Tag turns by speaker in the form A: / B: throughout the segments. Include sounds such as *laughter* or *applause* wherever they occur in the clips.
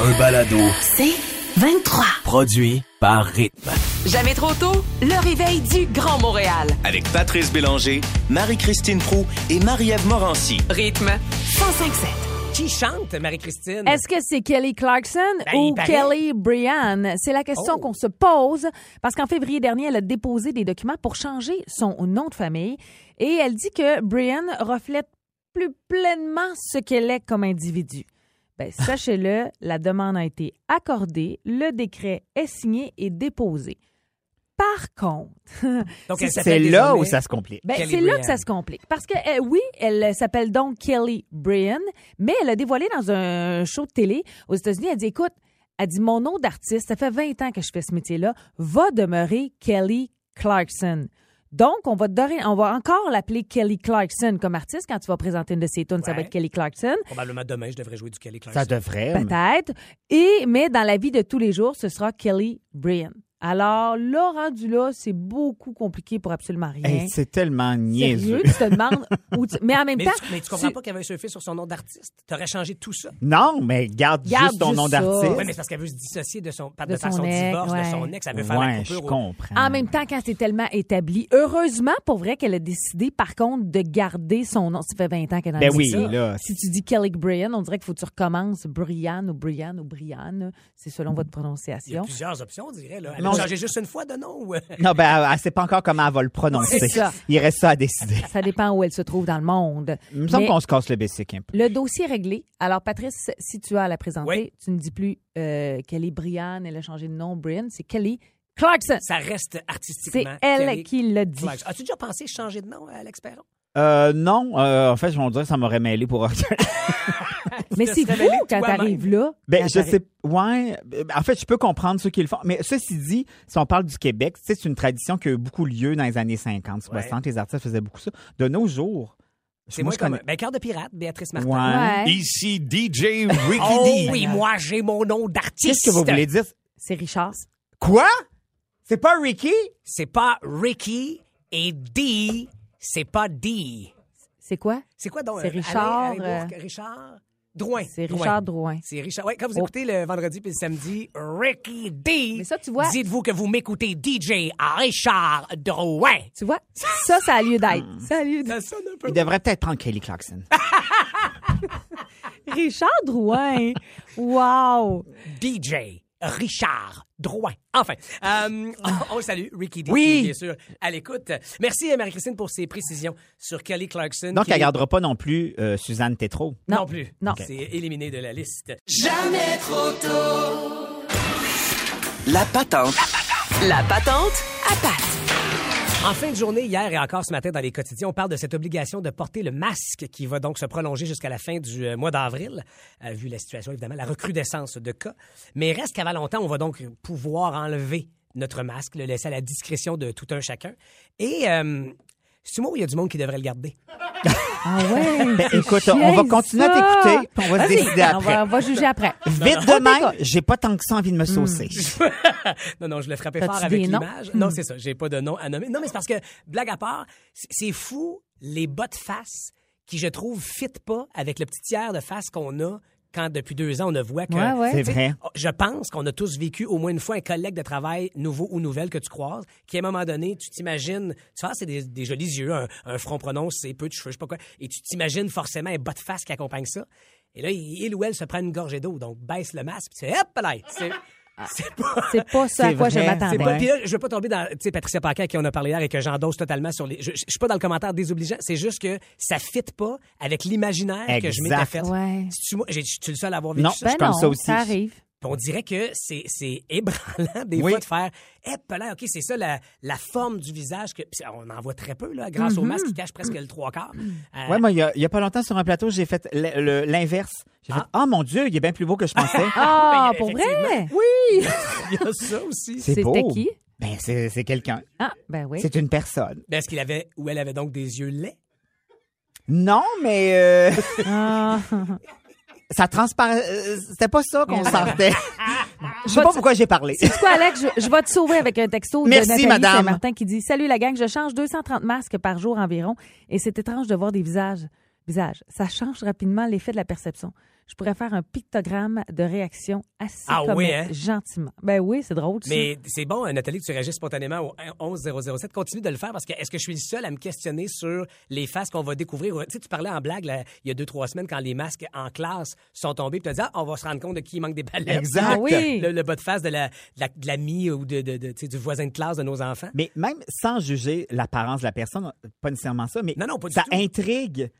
A: Un balado
B: C'est 23.
A: produit par Rythme.
B: Jamais trop tôt, le réveil du Grand Montréal.
C: avec Patrice Bélanger, Marie-Christine Prou et Marie-Ève Morancy.
B: Rythme 1057.
D: Qui chante, Marie-Christine?
E: Est-ce que c'est Kelly Clarkson
D: Ben, il
E: ou
D: paraît.
E: Kelly Brian? C'est la question
D: Oh.
E: qu'on se pose parce qu'en février dernier, elle a déposé des documents pour changer son nom de famille et elle dit que Brian reflète plus pleinement ce qu'elle est comme individu.
B: *laughs*
E: Ben, sachez-le, la demande a été accordée, le décret est signé et déposé. Par contre,
D: Donc, elle
F: C'est
D: s'appelle
F: là
D: désormais-
F: où ça se complique.
E: Ben,
D: Kelly
E: c'est là
D: Briand.
E: que ça se complique. Parce que, euh, oui, elle s'appelle donc Kelly Brian, mais elle a dévoilé dans un show de télé aux États-Unis, elle dit, écoute, elle dit, mon nom d'artiste, ça fait 20 ans que je fais ce métier-là, va demeurer Kelly Clarkson. Donc, on va, doré- on va encore l'appeler Kelly Clarkson comme artiste. Quand tu vas présenter une de ses tunes, ça va
D: Ouais. Hum.
E: être Kelly Clarkson,
D: Probablement demain, je devrais jouer du Kelly Clarkson.
F: Ça devrait. hein. mais-
E: peut-être. Et, mais dans la vie de tous les jours, ce sera Kelly Brian. Alors, là, rendu là, c'est beaucoup compliqué pour absolument rien.
F: Hey, c'est tellement
E: Sérieux,
F: niaiseux.
E: tu te demandes où tu- Mais en même
D: mais,
E: temps.
D: tu, mais tu comprends pas qu'elle avait surfé sur son nom d'artiste? T'aurais changé tout ça?
F: Non, mais garde,
E: Garde
F: juste ton
E: juste
F: nom
E: ça.
D: Oui,
F: d'artiste.
D: mais c'est parce qu'elle veut se dissocier de son, de
E: De
D: faire
E: son
D: son
E: ex,
D: divorce,
E: ouais.
D: de son ex. Elle veut faire la
F: Ouais, je
D: coupure. au-
F: comprends.
E: En même temps, quand c'est tellement établi, heureusement, pour vrai, qu'elle a décidé, par contre, de garder son nom. Ça fait 20 ans qu'elle est dans
F: Ben
E: le
F: oui,
E: métier.
F: là.
E: Si tu dis Kelly Brian, on dirait qu'il faut que tu recommences Brian ou Brian ou Brian. C'est selon votre
D: Il y a
E: prononciation.
D: plusieurs options, on dirait. Là. Elle
F: Non,
D: a changé juste une fois de nom. ou- euh,
F: Non, ben, elle- elle sait pas encore comment elle va le prononcer.
E: C'est ça.
F: Il reste ça à décider.
E: Ça dépend où elle se trouve dans le monde.
F: Il me semble
E: Mais
F: qu'on se casse le basic un peu.
E: le dossier est réglé. Alors, Patrice, si tu as à la présenter,
D: Oui.
E: tu ne dis plus euh, Kelly Brian, elle a changé de nom, Brian, c'est Kelly Clarkson.
D: Ça reste
E: C'est
D: artistiquement.
E: elle
D: Kelly
E: qui l'a dit.
D: Clarkson. As-tu déjà pensé changer de nom à Alex Perron?
F: Euh, non, euh, en fait, on dirait que ça m'aurait mêlé pour.
E: Mais
D: Tu te
E: c'est
D: serais mêlé
E: vous quand
D: toi-même.
E: t'arrives là.
F: *laughs* ben,
E: quand
F: je
E: t'arrives-
F: sais. Ouais. euh, En fait, je peux comprendre ceux qui le font. Mais ceci dit, si on parle du Québec, tu sais, c'est une tradition qui a eu beaucoup lieu dans les années 50, 60. Les artistes faisaient beaucoup ça. De
E: *laughs*
F: nos jours,
D: C'est moi,
F: je
D: comme.
F: connais.
D: Ben, cœur de pirate, Béatrice Martin.
F: Ouais.
E: Ouais.
C: Ici DJ Ricky
D: Oh
C: D.
D: oui, moi, j'ai mon nom d'artiste.
F: Qu'est-ce que vous voulez dire?
E: C'est Richard.
F: Quoi? C'est pas Ricky?
D: C'est pas Ricky et D, c'est pas D.
E: C'est quoi?
D: C'est quoi donc?
E: C'est
D: euh,
E: Richard,
D: Alain- Alain Bourque,
E: euh,
D: Richard Drouin.
E: C'est Richard Drouin.
D: C'est Richard. Oui, quand vous
E: Oh.
D: écoutez le vendredi puis le samedi, Ricky D.
E: Mais ça, tu vois-
D: Dites-vous que vous m'écoutez DJ Richard Drouin.
E: Tu vois? Ça, ça a lieu d'être.
F: Hmm.
E: Ça a lieu d'être.
D: Ça sonne un peu.
F: Il devrait peut-être prendre Kelly *laughs* Clarkson.
E: Richard Drouin. Wow.
D: DJ Richard Drouin. Enfin, euh,
E: Ah.
D: on, on le salue, Ricky D.
F: Oui.
D: qui est bien sûr, à l'écoute. Merci, Marie-Christine, pour ses précisions sur Kelly Clarkson.
F: Donc,
D: qui
F: elle
D: est-
F: gardera pas non plus euh,
E: *laughs*
F: Suzanne Tétrault.
D: Non, plus.
E: Non.
D: C'est éliminé de la liste.
C: La patente
B: La patente à patte.
D: En fin de journée, hier et encore ce matin dans les quotidiens, on parle de cette obligation de porter le masque qui va donc se prolonger jusqu'à la fin du euh, mois d'avril, euh, vu la situation évidemment, la recrudescence de cas. Mais reste qu'avant longtemps, on va donc pouvoir enlever notre masque, le laisser à la discrétion de tout un chacun. Et euh, ce mot, il y a du monde qui devrait le garder. *laughs*
E: Ah ouais.
F: Ben,
E: c'est
F: écoute,
E: chiant,
F: on va continuer
E: ça.
F: à t'écouter, puis on va se
E: Vas-y, Ben,
F: décider
E: On
F: après.
E: va, on va juger après.
F: Vite demain, j'ai pas tant que ça envie de me saucer.
D: non, non, je le frappais
E: T'as-tu
D: fort avec
E: des noms? Hmm.
D: l'image. Non, c'est ça, j'ai pas de nom à nommer. Non, mais c'est parce que, blague à part, c'est- c'est fou les bas de face qui, je trouve, fit pas avec le petit tiers de face qu'on a quand, depuis deux ans, on ne voit
E: *laughs*
D: que...
E: Ouais, ouais.
F: C'est
D: Tu sais,
F: vrai.
D: oh, Je pense qu'on a tous vécu au moins une fois un collègue de travail nouveau ou nouvelle que tu croises, qui à un moment donné, tu t'imagines, tu vois, c'est des, des jolis yeux, un, un front prononcé, peu de cheveux, je sais pas quoi, et tu t'imagines forcément un bas de face qui accompagne ça. Et là, il, il ou elle se prend une gorgée d'eau, donc baisse le masque, puis c'est hop là, c'est c'est pas
E: C'est pas ça à
F: C'est
E: quoi je
F: vrai,
E: m'attendais.
F: c'est
D: pas-
F: Ouais.
D: Puis là, je veux pas tomber dans, tu sais, Patricia Paquin, à qui on a parlé hier et que j'endosse totalement sur les. Je, je suis pas dans le commentaire désobligeant, c'est juste que ça fit pas avec l'imaginaire que je m'étais
F: Exact.
D: fait.
E: Ouais.
D: Si tu, moi, j'ai- je suis le seul à avoir vécu
F: Non,
D: ça.
F: je
E: Ben
F: suis comme
E: non,
F: ça aussi.
E: ça arrive.
D: Puis on dirait que c'est, c'est *laughs* ébranlant des
F: Oui.
D: fois de faire Eh, pelin, OK, c'est ça la, la forme du visage. que puis On en voit très peu, là, grâce au masque qui cache presque le trois quarts. Euh,
F: Ouais, moi, il y, a- il y a pas longtemps sur un plateau, j'ai fait le- le- l'inverse. J'ai fait, oh mon Dieu, il est bien plus beau que je pensais.
E: Ah,
D: ben,
E: pour vrai?
D: effectivement.
E: Oui.
D: Il *laughs* y a ça aussi.
F: *laughs* c'est
E: C'était
F: beau.
E: qui?
F: Ben, c'est c'est quelqu'un.
E: Ah, ben oui.
F: C'est une personne.
D: Ben, Est-ce qu'il avait ou elle avait donc des yeux laids?
F: Non, mais euh,
E: Ah,
F: *laughs* ça transparaît. euh, C'était pas ça
E: *laughs*
F: qu'on sentait. Je sais pas pourquoi j'ai parlé.
E: C'est quoi, Alex? Je, je vais te sauver avec un texto
F: Merci,
E: de Nathalie
F: madame.
E: Saint-Martin qui dit Salut la gang, je change 230 masques par jour environ et c'est étrange de voir des visages. Visages. Ça change rapidement l'effet de la perception. je pourrais faire un pictogramme de réaction assez
D: Ah
E: comme
D: oui, hein?
E: gentiment. Ben oui, c'est drôle. ça.
D: Mais c'est bon, euh, Nathalie, que tu réagisses spontanément au 11007. Continue de le faire parce que est-ce que je suis le seul à me questionner sur les faces qu'on va découvrir? Tu sais, tu parlais en blague là, il y a deux, trois semaines quand les masques en classe sont tombés. Puis tu as dit, ah, on va se rendre compte de qui manque des palettes.
F: Exact.
E: Ah
D: *laughs*
E: oui.
D: Le, le bas de face de la- de la- de l'ami ou de, de- de- tu sais, du voisin de classe de nos enfants.
F: Mais même sans juger l'apparence de la personne, pas nécessairement ça, mais
D: Non, non, pas du
F: ça
D: tout.
F: intrigue.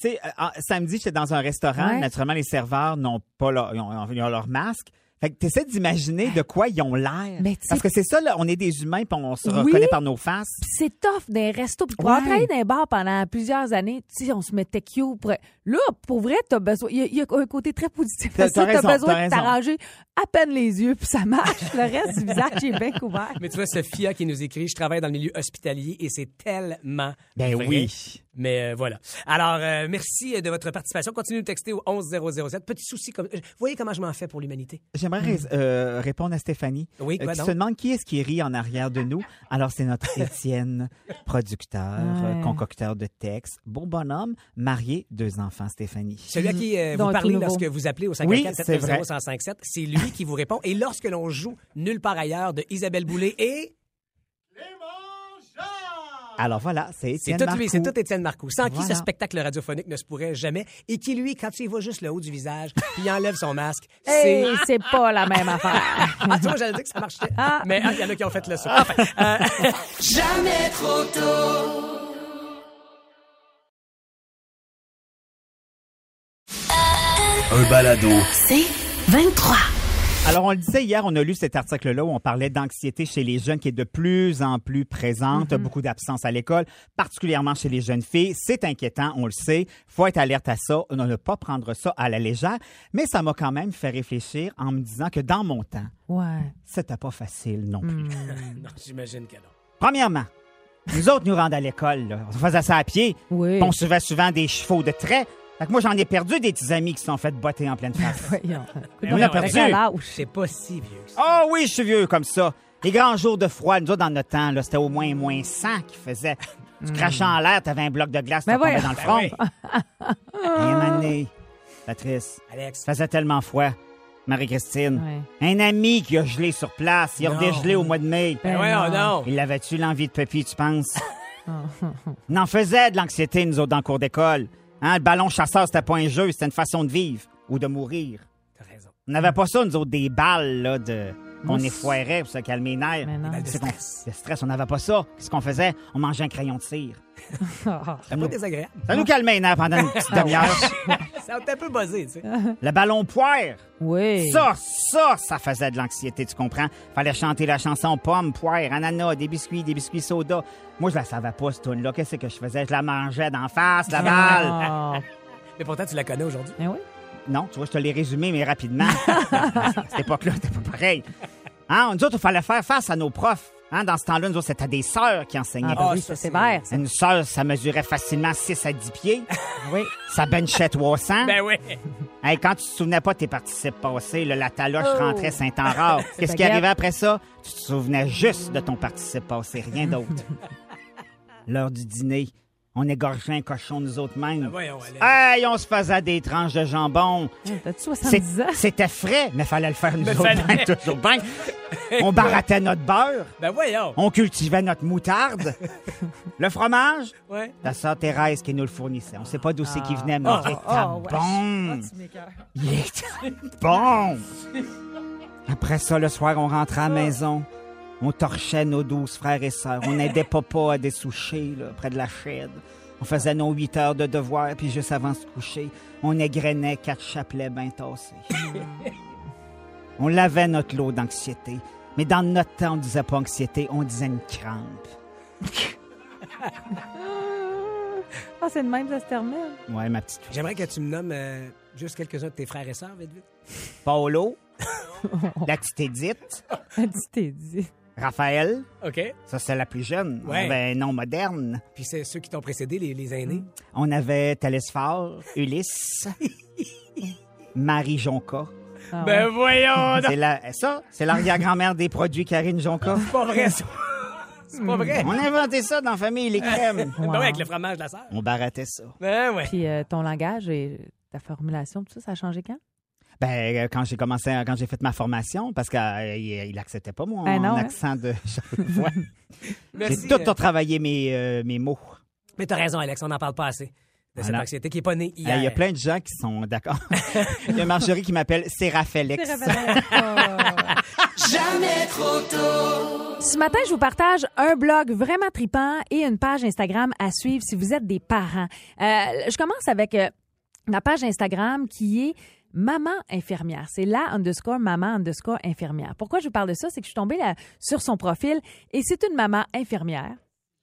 F: Tu sais, euh, en- samedi, j'étais dans un restaurant.
E: Ouais.
F: Naturellement, les serveurs n'ont pas leur, ils ont, ils ont leur masque. Fait que t'essaies d'imaginer de quoi ils ont l'air.
E: Mais tu sais-
F: Parce que c'est ça, là, on est des humains, puis on se
E: Oui.
F: reconnaît par nos faces.
E: Puis c'est tough des restos. Puis pour
F: Ouais.
E: avoir travaillé dans les bars pendant plusieurs années, tu sais, on se mettait cute. Pour... Là, pour vrai, t'as besoin. Il y a- il y, a un côté très positif.
F: T'as-
E: à ça.
F: t'as raison,
E: besoin
F: t'as
E: de t'arranger à peine les yeux, puis ça marche. Le reste du visage est bien couvert.
D: *laughs* Mais tu vois, Sophia qui nous écrit, je travaille dans le milieu hospitalier et c'est tellement
F: Ben
D: vrai.
F: oui.
D: Mais euh, voilà. Alors, euh, merci euh, de votre participation. Continuez de texter au 11007. Petit souci, comme... vous voyez comment je m'en fais pour l'humanité.
F: J'aimerais
E: Hmm.
F: ré- euh, répondre à Stéphanie.
D: Oui, quoi
F: euh, qui
D: donc?
F: se demande qui est-ce qui rit en arrière de nous. Alors,
E: *laughs*
F: c'est notre Étienne, producteur,
E: Ouais.
F: euh, concocteur de textes, beau bonhomme, marié, deux enfants, Stéphanie.
D: Celui à qui euh,
E: Donc,
D: vous
E: tout
D: parlez
E: nouveau.
D: lorsque vous appelez au 54
F: Oui, c'est vrai.
D: 790 1057, c'est lui qui vous répond. Et lorsque l'on joue Nulle part ailleurs de Isabelle Boulay et.
F: Alors voilà, c'est
D: C'est
F: Étienne
D: tout lui,
F: Marcoux.
D: c'est tout Étienne Marcoux, sans qui
F: Voilà.
D: ce spectacle radiophonique ne se pourrait jamais. Et qui, lui, quand il voit juste le haut du visage, puis il enlève son masque, c'est.
E: Hey, c'est pas la même affaire.
D: Ah, tu vois, j'allais dire que ça marchait.
E: Ah.
D: Mais ah, il y en a qui ont fait le saut. Enfin, euh,
A: Un balado.
B: C'est 23.
F: Alors, on le disait hier, on a lu cet article-là où on parlait d'anxiété chez les jeunes qui est de plus en plus présente,
D: Mhm.
F: beaucoup d'absence à l'école, particulièrement chez les jeunes filles. C'est inquiétant, on le sait. faut être alerte à ça, on ne pas prendre ça à la légère. Mais ça m'a quand même fait réfléchir en me disant que dans mon temps,
E: *laughs* Ouais.
F: c'était pas facile non plus.
D: Mhm. non, j'imagine que non.
F: Premièrement, nous autres nous rendons à l'école, là. on faisait ça à pied,
E: Oui.
F: Puis on suivait souvent des chevaux de trait. Fait que moi, j'en ai perdu des petits amis qui se sont fait botter en pleine face.
D: *laughs*
E: Voyons.
F: on a perdu.
E: Quel âge?
D: C'est pas si vieux. que ça.
F: Ah oui, je suis vieux comme ça. Les grands jours de froid, nous autres, dans notre temps, là, c'était au moins moins 100 qui faisait. Tu crachais en l'air, t'avais un bloc de glace qui
E: Ben
F: tombait
E: voyons.
F: dans le front. *laughs* Rien mané. Patrice,
D: Alex.
F: ça faisait tellement froid. Marie-Christine,
E: Ouais.
F: un ami qui a gelé sur place, il a
D: Non.
F: redégelé au mois de mai.
D: Ben voyons, non.
F: Il avait-tu l'envie de papy, tu penses? on en faisait de l'anxiété, nous autres, dans le cours d'école. Hein, le ballon chasseur, c'était pas un jeu, c'était une façon de vivre ou de mourir.
D: T'as raison.
F: On n'avait pas ça, nous autres, des balles là, de... qu'on effoirait pour se calmer les nerfs. Ben,
E: Mais non.
D: Des balles de
F: C'est qu'on-
D: stress.
F: Le stress, on n'avait pas ça. Qu'est-ce qu'on faisait? On mangeait un crayon de cire.
E: Ah,
D: C'est pas désagréable.
F: Ça nous calmait les nerfs pendant une petite demi-heure.
D: Ça a un peu buzzé, tu sais.
F: Le ballon poire.
E: oui.
F: Ça, ça, ça faisait de l'anxiété, tu comprends? Fallait chanter la chanson pomme, poire, ananas, des biscuits, des biscuits soda. Moi, je la savais pas, cette tune là Qu'est-ce que je faisais? Je la mangeais d'en
E: *laughs*
F: face, la balle.
E: Ah.
D: Mais pourtant, tu la connais aujourd'hui.
E: Ben oui.
F: Non, tu vois, je te l'ai résumé, mais rapidement.
E: *laughs*
F: à cette époque-là, c'était pas pareil. Hein, nous autres, il fallait faire face à nos profs. Hein, dans ce temps-là, nous autres, c'était des sœurs qui enseignaient.
E: Ah, ben
D: Ah,
E: oui,
D: ça,
E: ça,
D: c'est-
E: c'est vert. ça.
F: Une sœur, ça mesurait facilement 6 à 10 pieds.
E: *laughs* Oui.
F: Ça benchait 300.
D: Ben oui.
F: Hey, quand tu te souvenais pas de tes participes passés, là, la taloche
E: Oh.
F: rentrait saint
E: *laughs*
F: en rare. Qu'est-ce qui
E: baguette.
F: arrivait après ça? Tu te souvenais juste de ton participe passé,
E: *laughs*
F: rien d'autre. L'heure du dîner, on égorgeait un cochon nous autres
E: Ah
F: mêmes.
D: Ben Voyons, Alex.
F: Hey, on se faisait des tranches de jambon.
E: T'as-tu
F: C'est-
E: 70 ans?
F: C'était frais, mais fallait le faire nous autres
D: fallait-
F: mêmes, toujours bien. On barattait notre beurre,
D: Ben voyons.
F: on cultivait notre moutarde, le fromage,
D: Ouais.
F: la sœur Thérèse qui nous le fournissait. On sait pas d'où c'est qui venait, mais
D: Ah.
F: il était
E: Ah, ouais.
F: bon. Il était *laughs* bon. Après ça, le soir, on rentrait à la maison. On torchait nos douze frères et sœurs. On aidait papa à dessoucher là, près de la chaîne. On faisait nos huit heures de devoir, puis juste avant de se coucher, on égrenait quatre chapelets bien tassés. on lavait notre lot d'anxiété. Mais dans notre temps, on disait pas anxiété, on disait une crampe.
E: Ah, c'est de même, ça se termine. *laughs*
F: Ouais, ma petite
D: J'aimerais que tu me nommes euh, juste quelques-uns de tes frères et sœurs, vite, vite.
F: Paolo, la petite Edith,
E: tu t'es dit.
F: Raphaël,
D: OK.
F: ça c'est la plus jeune, on
D: Ouais.
F: avait un nom moderne.
D: Puis c'est ceux qui t'ont précédé, les, les aînés.
F: On avait Télésphore,
E: *laughs*
F: Ulysse, Marie Jonca.
E: Ah, ouais.
D: Ben voyons.
F: C'est la, ça, c'est l'arrière-grand-mère des produits
E: *laughs*
F: Karine Jonca.
D: C'est pas vrai, ça. *laughs* C'est pas vrai.
F: On a inventé ça dans la famille, les crèmes.
D: Ben oui, avec le fromage de la sœur.
F: On barattait ça.
D: Ben ouais.
E: Puis euh, ton langage est Ta formulation, tout ça, ça a changé quand?
F: Ben, euh, quand j'ai commencé, euh, quand j'ai fait ma formation, parce qu'il euh, il acceptait pas mon
E: Ben non, hein?
F: accent de
E: *laughs*
F: Charlevoix.
D: Merci,
F: j'ai tout
D: euh,
F: retravaillé mes, euh, mes mots.
D: Mais t'as raison, Alex, on n'en parle pas assez de cette
F: Voilà.
D: anxiété qui est pas née
F: Euh, Il
D: hier.
F: y a plein de gens qui
E: *laughs*
F: sont d'accord. Il y a Marjorie qui m'appelle Séraphélex.
E: Ce matin, je vous partage un blog vraiment tripant et une page Instagram à suivre si vous êtes des parents. Euh, je commence avec euh, la page Instagram qui est Maman infirmière. C'est la underscore maman underscore infirmière. Pourquoi je vous parle de ça? C'est que je suis tombée là- sur son profil et c'est une maman infirmière.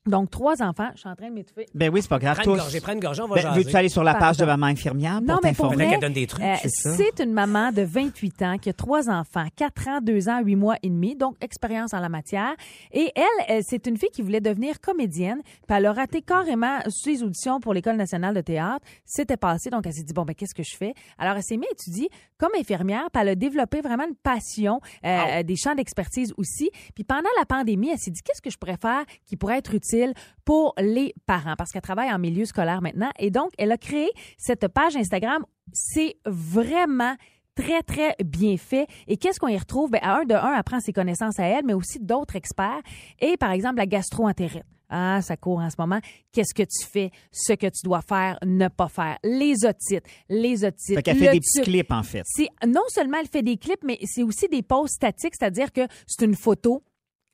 E: Donc, trois enfants. Je suis en train de m'étouffer.
F: Ben oui, c'est pas grave.
D: Prends
F: Tous.
D: une gorgée, prends une gorgée, on va
F: Ben,
D: jaser.
F: veux-tu aller sur la page
E: Pardon.
F: de Maman infirmière pour
E: Non, mais pour
F: t'informer?
E: vrai,
D: Faudrait qu'elle donne des trucs,
E: euh,
F: c'est ça.
E: c'est une maman de 28 ans qui a trois enfants, 4 ans, 2 ans, 8 mois et demi, donc expérience en la matière. Et elle, euh, c'est une fille qui voulait devenir comédienne, puis elle a raté carrément ses auditions pour l'École nationale de théâtre. C'était passé, donc elle s'est dit, bon, ben qu'est-ce que je fais? Alors, elle s'est mise à étudier comme infirmière, puis elle a développé vraiment une passion, euh, euh, des champs d'expertise aussi. Puis pendant la pandémie, elle s'est dit, qu'est-ce que je pourrais faire qui pourrait être utile pour les parents? Parce qu'elle travaille en milieu scolaire maintenant. Et donc, elle a créé cette page Instagram c'est vraiment très, très bien fait. Et qu'est-ce qu'on y retrouve? Ben, à un de un, elle prend ses connaissances à elle, mais aussi d'autres experts. Et par exemple, la gastroentérite. Ah, ça court en ce moment. Qu'est-ce que tu fais? Ce que tu dois faire, ne pas faire. Les otites, les otites.
F: Fait qu'elle fait
E: le
F: des petits
E: tu-
F: clips, en fait.
E: c'est non seulement elle fait des clips, mais c'est aussi des poses statiques, c'est-à-dire que c'est une photo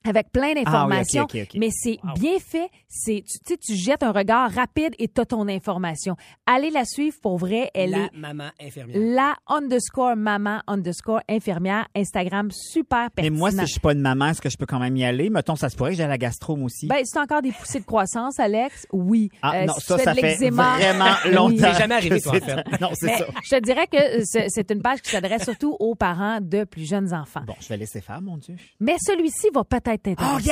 E: avec plein d'informations,
F: Ah ok, ok, ok.
E: mais c'est bien fait. C'est tu tu sais, tu jettes un regard rapide et t'as ton information. Allez la suivre pour vrai, elle
D: La
E: est
D: maman infirmière.
E: la underscore maman underscore infirmière Instagram super
F: Mais
E: pertinent.
F: moi, si je suis pas une maman, est-ce que je peux quand même y aller? Mettons, ça se pourrait que j'aille à la gastro, moi aussi.
E: ben, c'est encore des poussées de croissance, Alex. Oui.
F: ah
E: Euh,
F: non,
E: si tu
F: ça,
E: fais
F: ça
E: de
F: fait
E: l'eczéma-
F: vraiment
E: *laughs* Oui.
F: longtemps.
D: T'es jamais arrivé,
F: que
D: toi, en
F: c'est ça.
D: fait.
F: *laughs* Non, c'est
E: Mais
F: ça.
E: je te dirais que c'est c'est une page qui s'adresse surtout aux parents de plus jeunes enfants.
F: Bon, Oh, je vais laisser faire, mon Dieu.
E: Mais celui-ci va peut-être t'intéresser.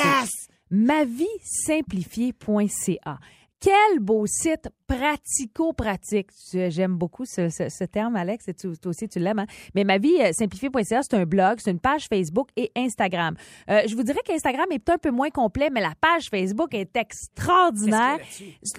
E: Maviesimplifiée.ca. Quel beau site pratico-pratique. Tu- J'aime beaucoup ce, ce- ce terme, Alex, et tu- toi aussi tu l'aimes. hein? Mais ma vie euh, simplifiée.ca, c'est un blog, c'est une page Facebook et Instagram. Euh, je vous dirais qu'Instagram est peut-être un peu moins complet, mais la page Facebook est extraordinaire.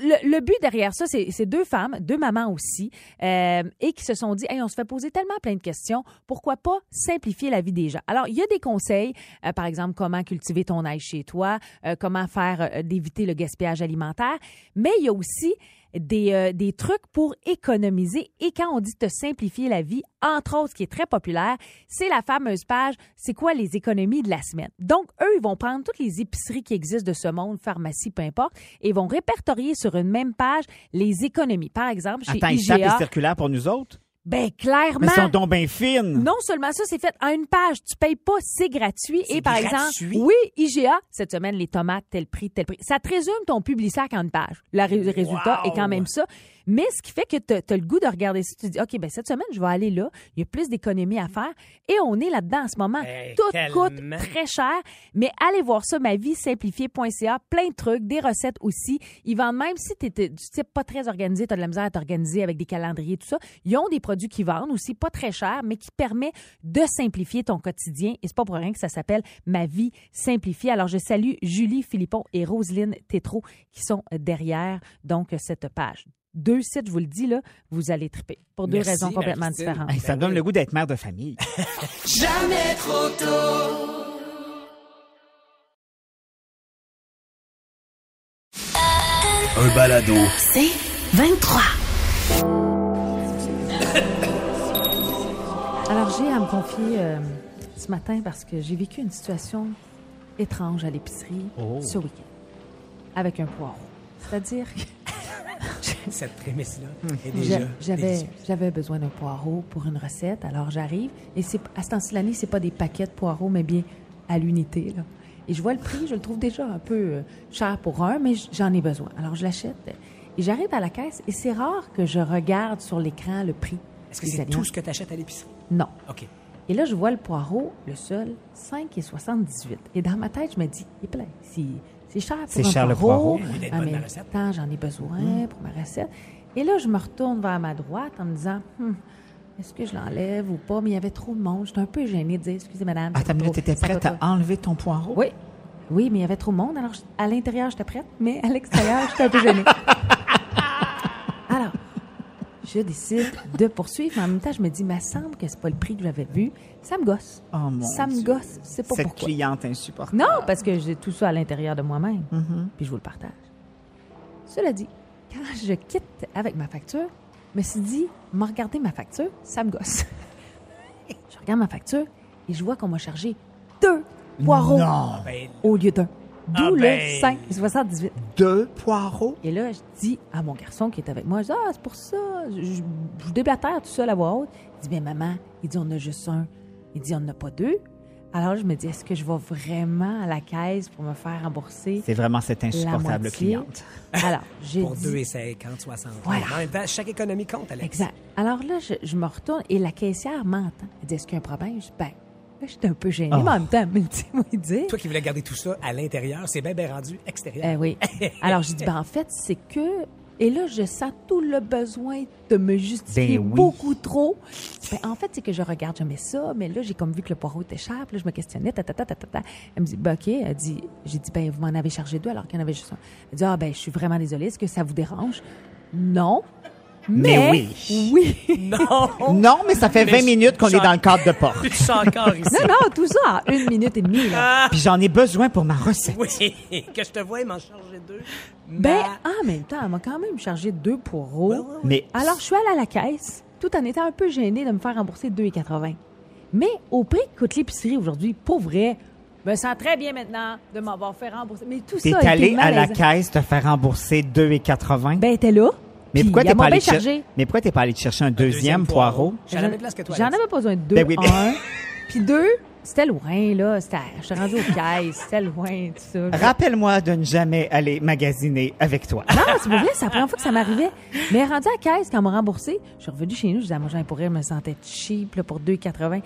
E: Le, le but derrière ça, c'est c'est deux femmes, deux mamans aussi, euh, et qui se sont dit, hey, on se fait poser tellement plein de questions, pourquoi pas simplifier la vie des gens? Alors, il y a des conseils, euh, par exemple, comment cultiver ton ail chez toi, euh, comment faire euh, d'éviter le gaspillage alimentaire, mais il y a aussi des, euh, des trucs pour économiser. Et quand on dit te simplifier la vie, entre autres, ce qui est très populaire, c'est la fameuse page C'est quoi les économies de la semaine? Donc, eux, ils vont prendre toutes les épiceries qui existent de ce monde, pharmacie, peu importe, et vont répertorier sur une même page les économies. Par exemple, chez
F: Attends, ils tapent les
E: IGA,
F: circulaires pour nous autres?
E: ben
F: Mais ils sont
E: clairement.
F: donc bien fines.
E: Non seulement ça, c'est fait à une page. Tu payes pas, c'est gratuit. Et par exemple,
D: gratuit?
E: oui, IGA, cette semaine, les tomates, tel prix, tel prix. Ça te résume ton sac en une page. Le ré- résultat est quand même ça. Mais ce qui fait que tu as le goût de regarder ça, tu dis, OK, ben cette semaine, je vais aller là. Il y a plus d'économies à faire. Et on est là-dedans en ce moment.
D: Ben,
E: Tout
D: tellement.
E: coûte très cher. Mais allez voir ça, simplifiée.ca Plein de trucs, des recettes aussi. Ils vendent même si t'es- t'es- tu sais pas très organisé, tu as de la misère à t'organiser avec des calendriers, tout ça. Ils ont des produits qui vendent aussi, pas très cher, mais qui permet de simplifier ton quotidien. Et c'est pas pour rien que ça s'appelle Ma vie simplifiée. Alors, je salue Julie Philippon et Roselyne Tétrault qui sont derrière donc cette page. Deux sites, je vous le dis, là, vous allez triper pour deux
D: Merci,
E: raisons complètement
D: Marie-Christine.
E: différentes.
F: Hey, ça me donne le goût d'être mère
E: *laughs*
F: de famille.
A: Un balado.
B: C'est 23.
E: Alors, j'ai à me confier euh, ce matin parce que j'ai vécu une situation étrange à l'épicerie
D: Oh.
E: ce week-end avec un poireau. C'est-à-dire que
D: Cette prémisse-là est
E: Hum. j'a-
D: déjà
E: j'avais,
D: délicieuse.
E: j'avais besoin d'un poireau pour une recette. Alors, j'arrive et c'est, à ce temps-ci de l'année, c'est pas des paquets de poireaux, mais bien à l'unité. Là. Et je vois le prix, je le trouve déjà un peu euh, cher pour un, mais j- j'en ai besoin. Alors, je l'achète et j'arrive à la caisse et c'est rare que je regarde sur l'écran le prix.
D: Est-ce que
E: des
D: c'est
E: aliments.
D: tout ce que t'achètes à l'épicerie?
E: Non.
D: OK.
E: Et là, je vois le poireau, le seul, 5 et 78. Et dans ma tête, je me dis, il est plein. C'est, c'est cher pour
F: C'est
E: un
F: cher, le
E: poireau.
F: poireau. Mmh.
D: Oui, d'être
E: Ah,
D: bonne
E: mais
D: dans la recette.
E: attends, j'en ai besoin pour ma recette. Et là, je me retourne vers ma droite en me disant, Hum, est-ce que je l'enlève ou pas? Mais il y avait trop de monde. J'étais un peu gênée de dire, excusez madame.
F: Ah,
E: c'est pas
F: ta minute,
E: trop-
F: t'étais
E: c'est pas
F: prête à
E: trop.
F: enlever ton poireau?
E: Oui. Oui, mais il y avait trop de monde. Alors, je- à l'intérieur, j'étais prête, mais à l'extérieur, j'étais un peu gênée. Alors, je je décide de poursuivre. Mais en même temps, je me dis, mais semble que c'est pas le prix que j'avais vu. Ça me gosse.
F: Oh, mon
E: ça me
F: Dieu.
E: gosse. C'est pas
F: Cette
E: pourquoi.
F: cliente insupportable.
E: Non, parce que j'ai tout ça à l'intérieur de moi-même.
F: Mm-hmm.
E: Puis je vous le partage. Cela dit, quand je quitte avec ma facture, je me suis dit, me regarder ma facture, ça me gosse. *laughs* je regarde ma facture et je vois qu'on m'a chargé deux poireaux
F: Non.
D: Ben,
E: au lieu d'un. D'où
D: Ah ben.
E: le 5,78.
F: Deux poireaux?
E: Et là, je dis à mon garçon qui est avec moi, je dis, ah, c'est pour ça. Je, je, je déblatère tout seul à voix haute. Il dit, bien, maman, il dit, on a juste un. Il dit, on n'a pas deux. Alors, je me dis, est-ce que je vais vraiment à la caisse pour me faire rembourser
F: C'est vraiment cette
E: la
F: insupportable
E: moitié?
F: cliente.
E: *laughs* Alors, j'ai
D: pour
E: dit,
D: 2 et 50, 60.
E: Voilà.
D: En même temps, chaque économie compte, Alex.
E: Exact. Alors là, je, je me retourne et la caissière m'entend. Elle dit, est-ce qu'il y a un problème? Je dis, ben, là, j'étais un peu gênée,
F: Oh.
E: mais en même temps, mais tu sais, moi, il dit.
D: Toi qui voulais garder tout ça à l'intérieur, c'est bien, bien rendu extérieur.
E: Eh
F: *laughs*
E: oui. Alors, j'ai dit, ben, en fait, c'est que. Et là, je sens tout le besoin de me justifier
F: Ben oui.
E: beaucoup trop. Ben, en fait, c'est que je regarde jamais ça, mais là, j'ai comme vu que le poireau était cher, puis là, je me questionnais, ta, ta, ta, ta, ta, ta. Elle me dit, ben, OK. Elle dit, j'ai dit, ben, vous m'en avez chargé deux alors qu'il y en avait juste un. Elle dit, ah, ben, je suis vraiment désolée, est-ce que ça vous dérange? Non. Mais,
F: Mais oui.
E: Oui. *laughs*
D: Non! *laughs*
F: Non, mais ça fait
D: Mais
F: 20
D: je-
F: minutes qu'on
D: j'en-
F: est dans le cadre
E: *laughs*
F: de porte.
D: Je suis encore ici. Ah!
E: non, non, tout ça en une minute et demie, là.
F: Puis j'en ai besoin pour ma recette.
D: Oui, *laughs* que je te voie m'en charger deux.
E: Ben,
D: Ma-
E: en même temps, elle m'a quand même chargé deux poireaux.
F: Mais
E: Alors, je suis allée à la caisse, tout en étant un peu gênée de me faire rembourser 2,80. Mais au prix que coûte l'épicerie aujourd'hui, pour vrai, je me sens très bien maintenant de m'avoir fait rembourser. Mais tout
F: t'es
E: ça a été
F: allé à la
E: malaisant.
F: caisse te faire rembourser 2,80.
E: Ben, elle était là.
F: mais
E: puis
F: pourquoi
E: elle
F: t'es
E: m'a
F: pas allé
E: bien
F: cher-
E: chargé.
F: Mais pourquoi t'es pas allé te chercher un deuxième, poireau?
D: J'ai la même place que toi.
E: J'en
D: Alex.
E: avais pas besoin de deux.
F: Ben oui, mais-
E: Un. Puis deux, c'était loin, là. C'était, je suis rendue aux caisses, c'était loin, tout ça.
F: Rappelle-moi de ne jamais aller magasiner avec toi.
E: Non, Ah, c'est pour vrai, c'est la première fois que ça m'arrivait. Mais rendu à la caisse, quand on m'a remboursé, je suis revenue chez nous, je disais à mon j'en ai pour rire, je me sentais cheap là, pour 2,80.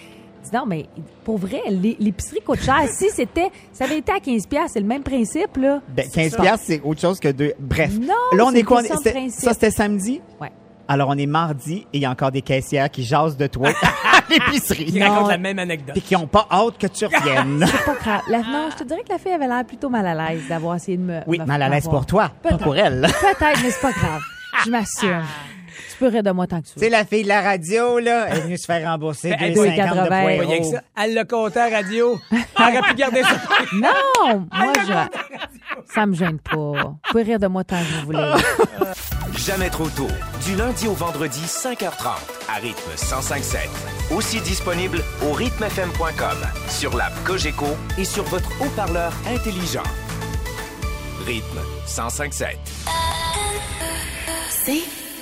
E: Je dis non, mais pour vrai, l'é- l'épicerie coûte cher. si c'était, ça avait été à 15$, piastres, c'est le même principe, là.
F: Ben, 15 piastres, c'est autre chose que deux. Bref.
E: Non,
F: là, on
E: c'est
F: est
E: une
F: quoi?
E: question de
F: C'est-
E: principe.
F: Ça, c'était samedi?
E: Ouais.
F: Alors, on est mardi et il y a encore des caissières qui jasent
E: *laughs*
F: de toi à l'épicerie.
D: Qui raconte la même anecdote.
F: Puis qui n'ont pas hâte que
E: *laughs*
F: tu reviennes.
E: Pas grave. La- non, je te dirais que la fille avait l'air plutôt mal à l'aise d'avoir essayé de me.
F: oui,
E: me
F: mal à
E: faire
F: l'aise
E: avoir.
F: pour toi, pas
E: Bah, Peut-être.
F: pour elle.
E: Peut-être, mais c'est pas grave. Je m'assure. tu peux rire de moi tant que tu
F: Tu sais,
E: veux.
F: la fille de la radio, là, elle est venue se faire rembourser
D: Ben,
F: 2,50 de
E: 2,80.
D: Pas rien que
F: poireaux.
D: ça. Elle le comptait à radio. Elle aurait pu garder ça.
E: Non! Moi, je. Ça me gêne pas. Vous pouvez rire de moi tant que vous
F: Ah.
E: voulez.
C: Jamais trop tôt. Du lundi au vendredi, 5h30, à rythme 105.7. Aussi disponible au rythmefm.com, sur l'app Cogeco et sur votre haut-parleur intelligent. Rythme 105.7.
B: C'est